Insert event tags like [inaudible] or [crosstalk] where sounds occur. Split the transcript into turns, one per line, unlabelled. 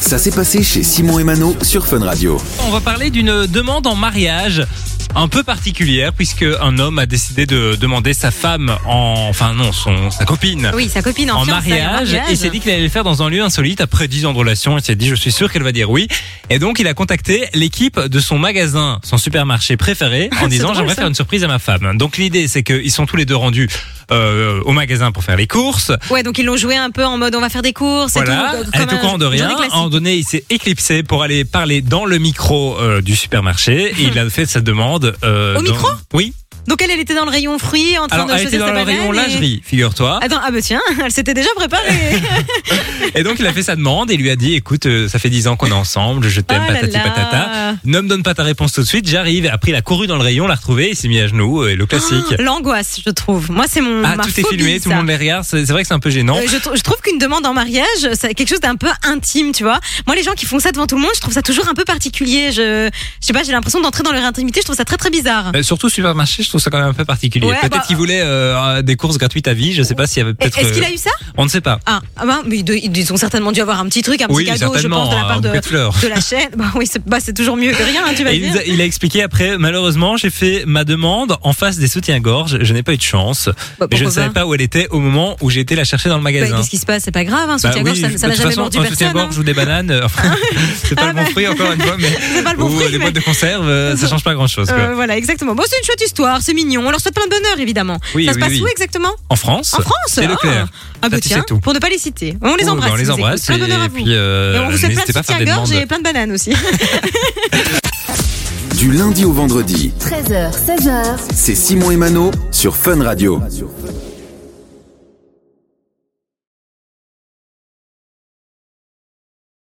Ça s'est passé chez Simon et Mano sur Fun Radio.
On va parler d'une demande en mariage un peu particulière puisque un homme a décidé de demander sa femme en enfin non son sa copine
Oui, sa copine en,
en
fiançailles,
mariage et il s'est dit qu'il allait le faire dans un lieu insolite après 10 ans de relation il s'est dit je suis sûr qu'elle va dire oui et donc il a contacté l'équipe de son magasin son supermarché préféré en
Ah, C'est
disant
drôle,
j'aimerais
ça.
faire une surprise à ma femme donc l'idée c'est qu'ils sont tous les deux rendus euh, au magasin pour faire les courses
Ouais, donc ils l'ont joué un peu en mode on va faire des courses
voilà,
et tout.
elle
comme
est au
un-
courant de
journée
rien. À un
classique.
moment donné, il s'est éclipsé pour aller parler dans le micro euh, du
[laughs]
supermarché. Et il a fait sa demande. euh,
Au
dans-
micro
Oui.
Donc elle, elle était dans le rayon fruits en train
Alors,
de
elle
choisir
était dans
sa
le
banane.
rayon
et-
lingerie, figure-toi.
Attends, ah bah tiens, [laughs] elle s'était déjà
[laughs]
préparée.
Et donc, il a fait sa demande et lui a dit Écoute, euh, ça fait 10 ans qu'on est ensemble, je t'aime,
Oh là
patati
là.
patata. Ne me donne pas ta réponse tout de suite, j'arrive. Après, il a couru dans le rayon, l'a retrouvé, il s'est mis à genoux, euh, et le classique.
L'angoisse, je trouve. Moi, c'est mon.
ah,
ma
tout est
phobie,
filmé, tout le
Oh, ça.
monde les regarde, c'est c'est vrai que c'est un peu gênant.
Euh, je, tr- je trouve qu'une demande en mariage, c'est quelque chose d'un peu intime, tu vois. Moi, les gens qui font ça devant tout le monde, je trouve ça toujours un peu particulier. Je, je sais pas, j'ai l'impression d'entrer dans leur intimité, je trouve ça très très bizarre.
Euh, Surtout supermarché, je trouve ça quand même un peu particulier.
Ouais,
peut-être
bah- oh.
qu'il voulait euh, des courses gratuites à vie, je sais pas s'il y avait
Et-
peut-être.
Est-ce qu'il a
euh,
eu ça
On ne sait pas.
Ah, ah ben, mais ils, de- ils ont certainement dû avoir un petit truc, un petit
Oui,
cadeau, je
certainement,
pense, de la part
un
de,
bouquet de fleurs.
de la chaîne. Bah oui, c'est bah, c'est toujours mieux que rien, hein, tu vas
Et
le
il,
dire.
nous a, il a expliqué après, malheureusement, j'ai fait ma demande en face des soutiens-gorge. Je n'ai pas eu de chance.
Bah,
mais je ne
pourquoi
savais pas où elle était au moment où j'ai été la chercher dans le
Bah,
magasin.
Qu'est-ce qui se passe C'est pas grave, hein,
Bah
soutien-gorge,
oui,
ça-
de
ça n'a
toute
jamais
façon,
mordu
un
personne. hein.
soutien-gorge ou des bananes, euh, enfin, c'est pas
[laughs] Ah
le bon
bah.
fruit encore une fois, mais
[laughs] C'est pas le bon
ou euh,
fruit,
des
mais-
boîtes de conserve,
[laughs]
euh, ça change pas grand-chose. quoi.
Euh, voilà, exactement. Bon, c'est une chouette histoire, c'est mignon. On leur souhaite plein de bonheur, évidemment.
Oui,
ça se
oui,
passe
oui.
où exactement
En France,
En France
c'est
ah.
Leclerc.
Ah, bah
Ça, tu sais
tiens,
tout.
pour ne pas les citer. On les
Oh, bah,
embrasse.
on les
ils nous
embrasse.
écoutent. Plein de bonheur à
et
vous.
puis, euh,
Et on vous souhaite plein
n'hésitez
de
pas à faire des
soutien-gorge
demandes.
et plein de bananes aussi.
Du lundi au vendredi,
13h, 16h.
c'est Simon et Mano sur Fun Radio.